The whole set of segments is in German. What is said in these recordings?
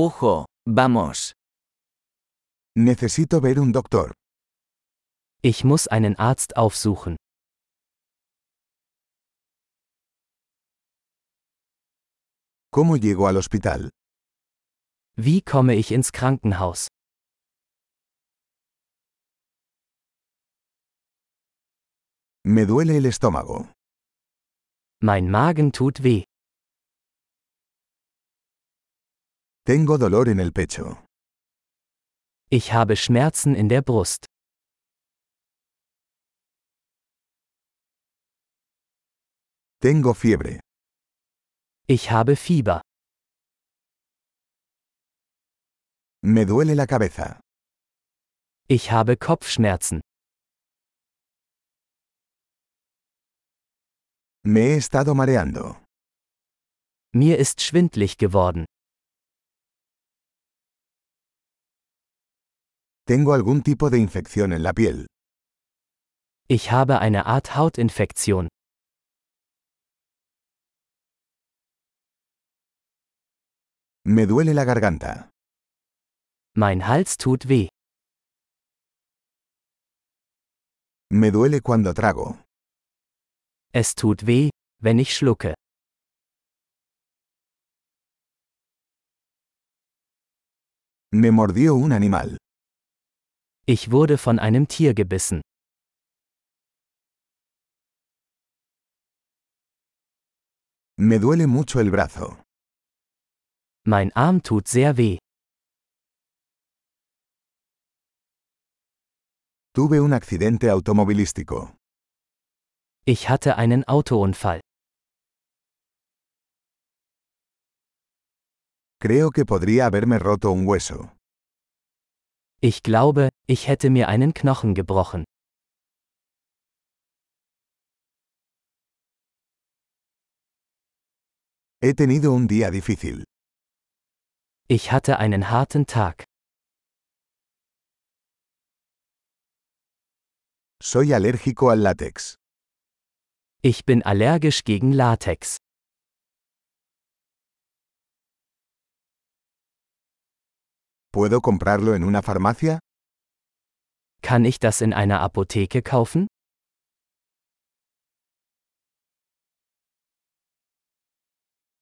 Ojo, vamos. Necesito ver un doctor. Ich muss einen Arzt aufsuchen. ¿Cómo llego al hospital? Wie komme ich ins Krankenhaus? Me duele el estómago. Mein Magen tut weh. Tengo dolor en el pecho. Ich habe Schmerzen in der Brust. Tengo fiebre. Ich habe Fieber. Me duele la cabeza. Ich habe Kopfschmerzen. Me he estado mareando. Mir ist schwindlig geworden. Tengo algún tipo de infección en la piel. Ich habe eine Art Hautinfektion. Me duele la garganta. Mein Hals tut weh. Me duele cuando trago. Es tut weh, wenn ich schlucke. Me mordió un animal. Ich wurde von einem Tier gebissen. Me duele mucho el brazo. Mein Arm tut sehr weh. Tuve un accidente automovilístico. Ich hatte einen Autounfall. Creo que podría haberme roto un hueso. Ich glaube, ich hätte mir einen Knochen gebrochen. He tenido un día difícil. Ich hatte einen harten Tag. Soy alérgico al látex. Ich bin allergisch gegen Latex. ¿Puedo comprarlo en una farmacia? Kann ich das in einer Apotheke kaufen?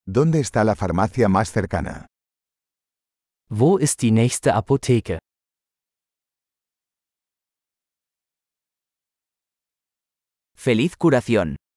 ¿Dónde está la farmacia más cercana? Wo ist die nächste Apotheke? Feliz curación.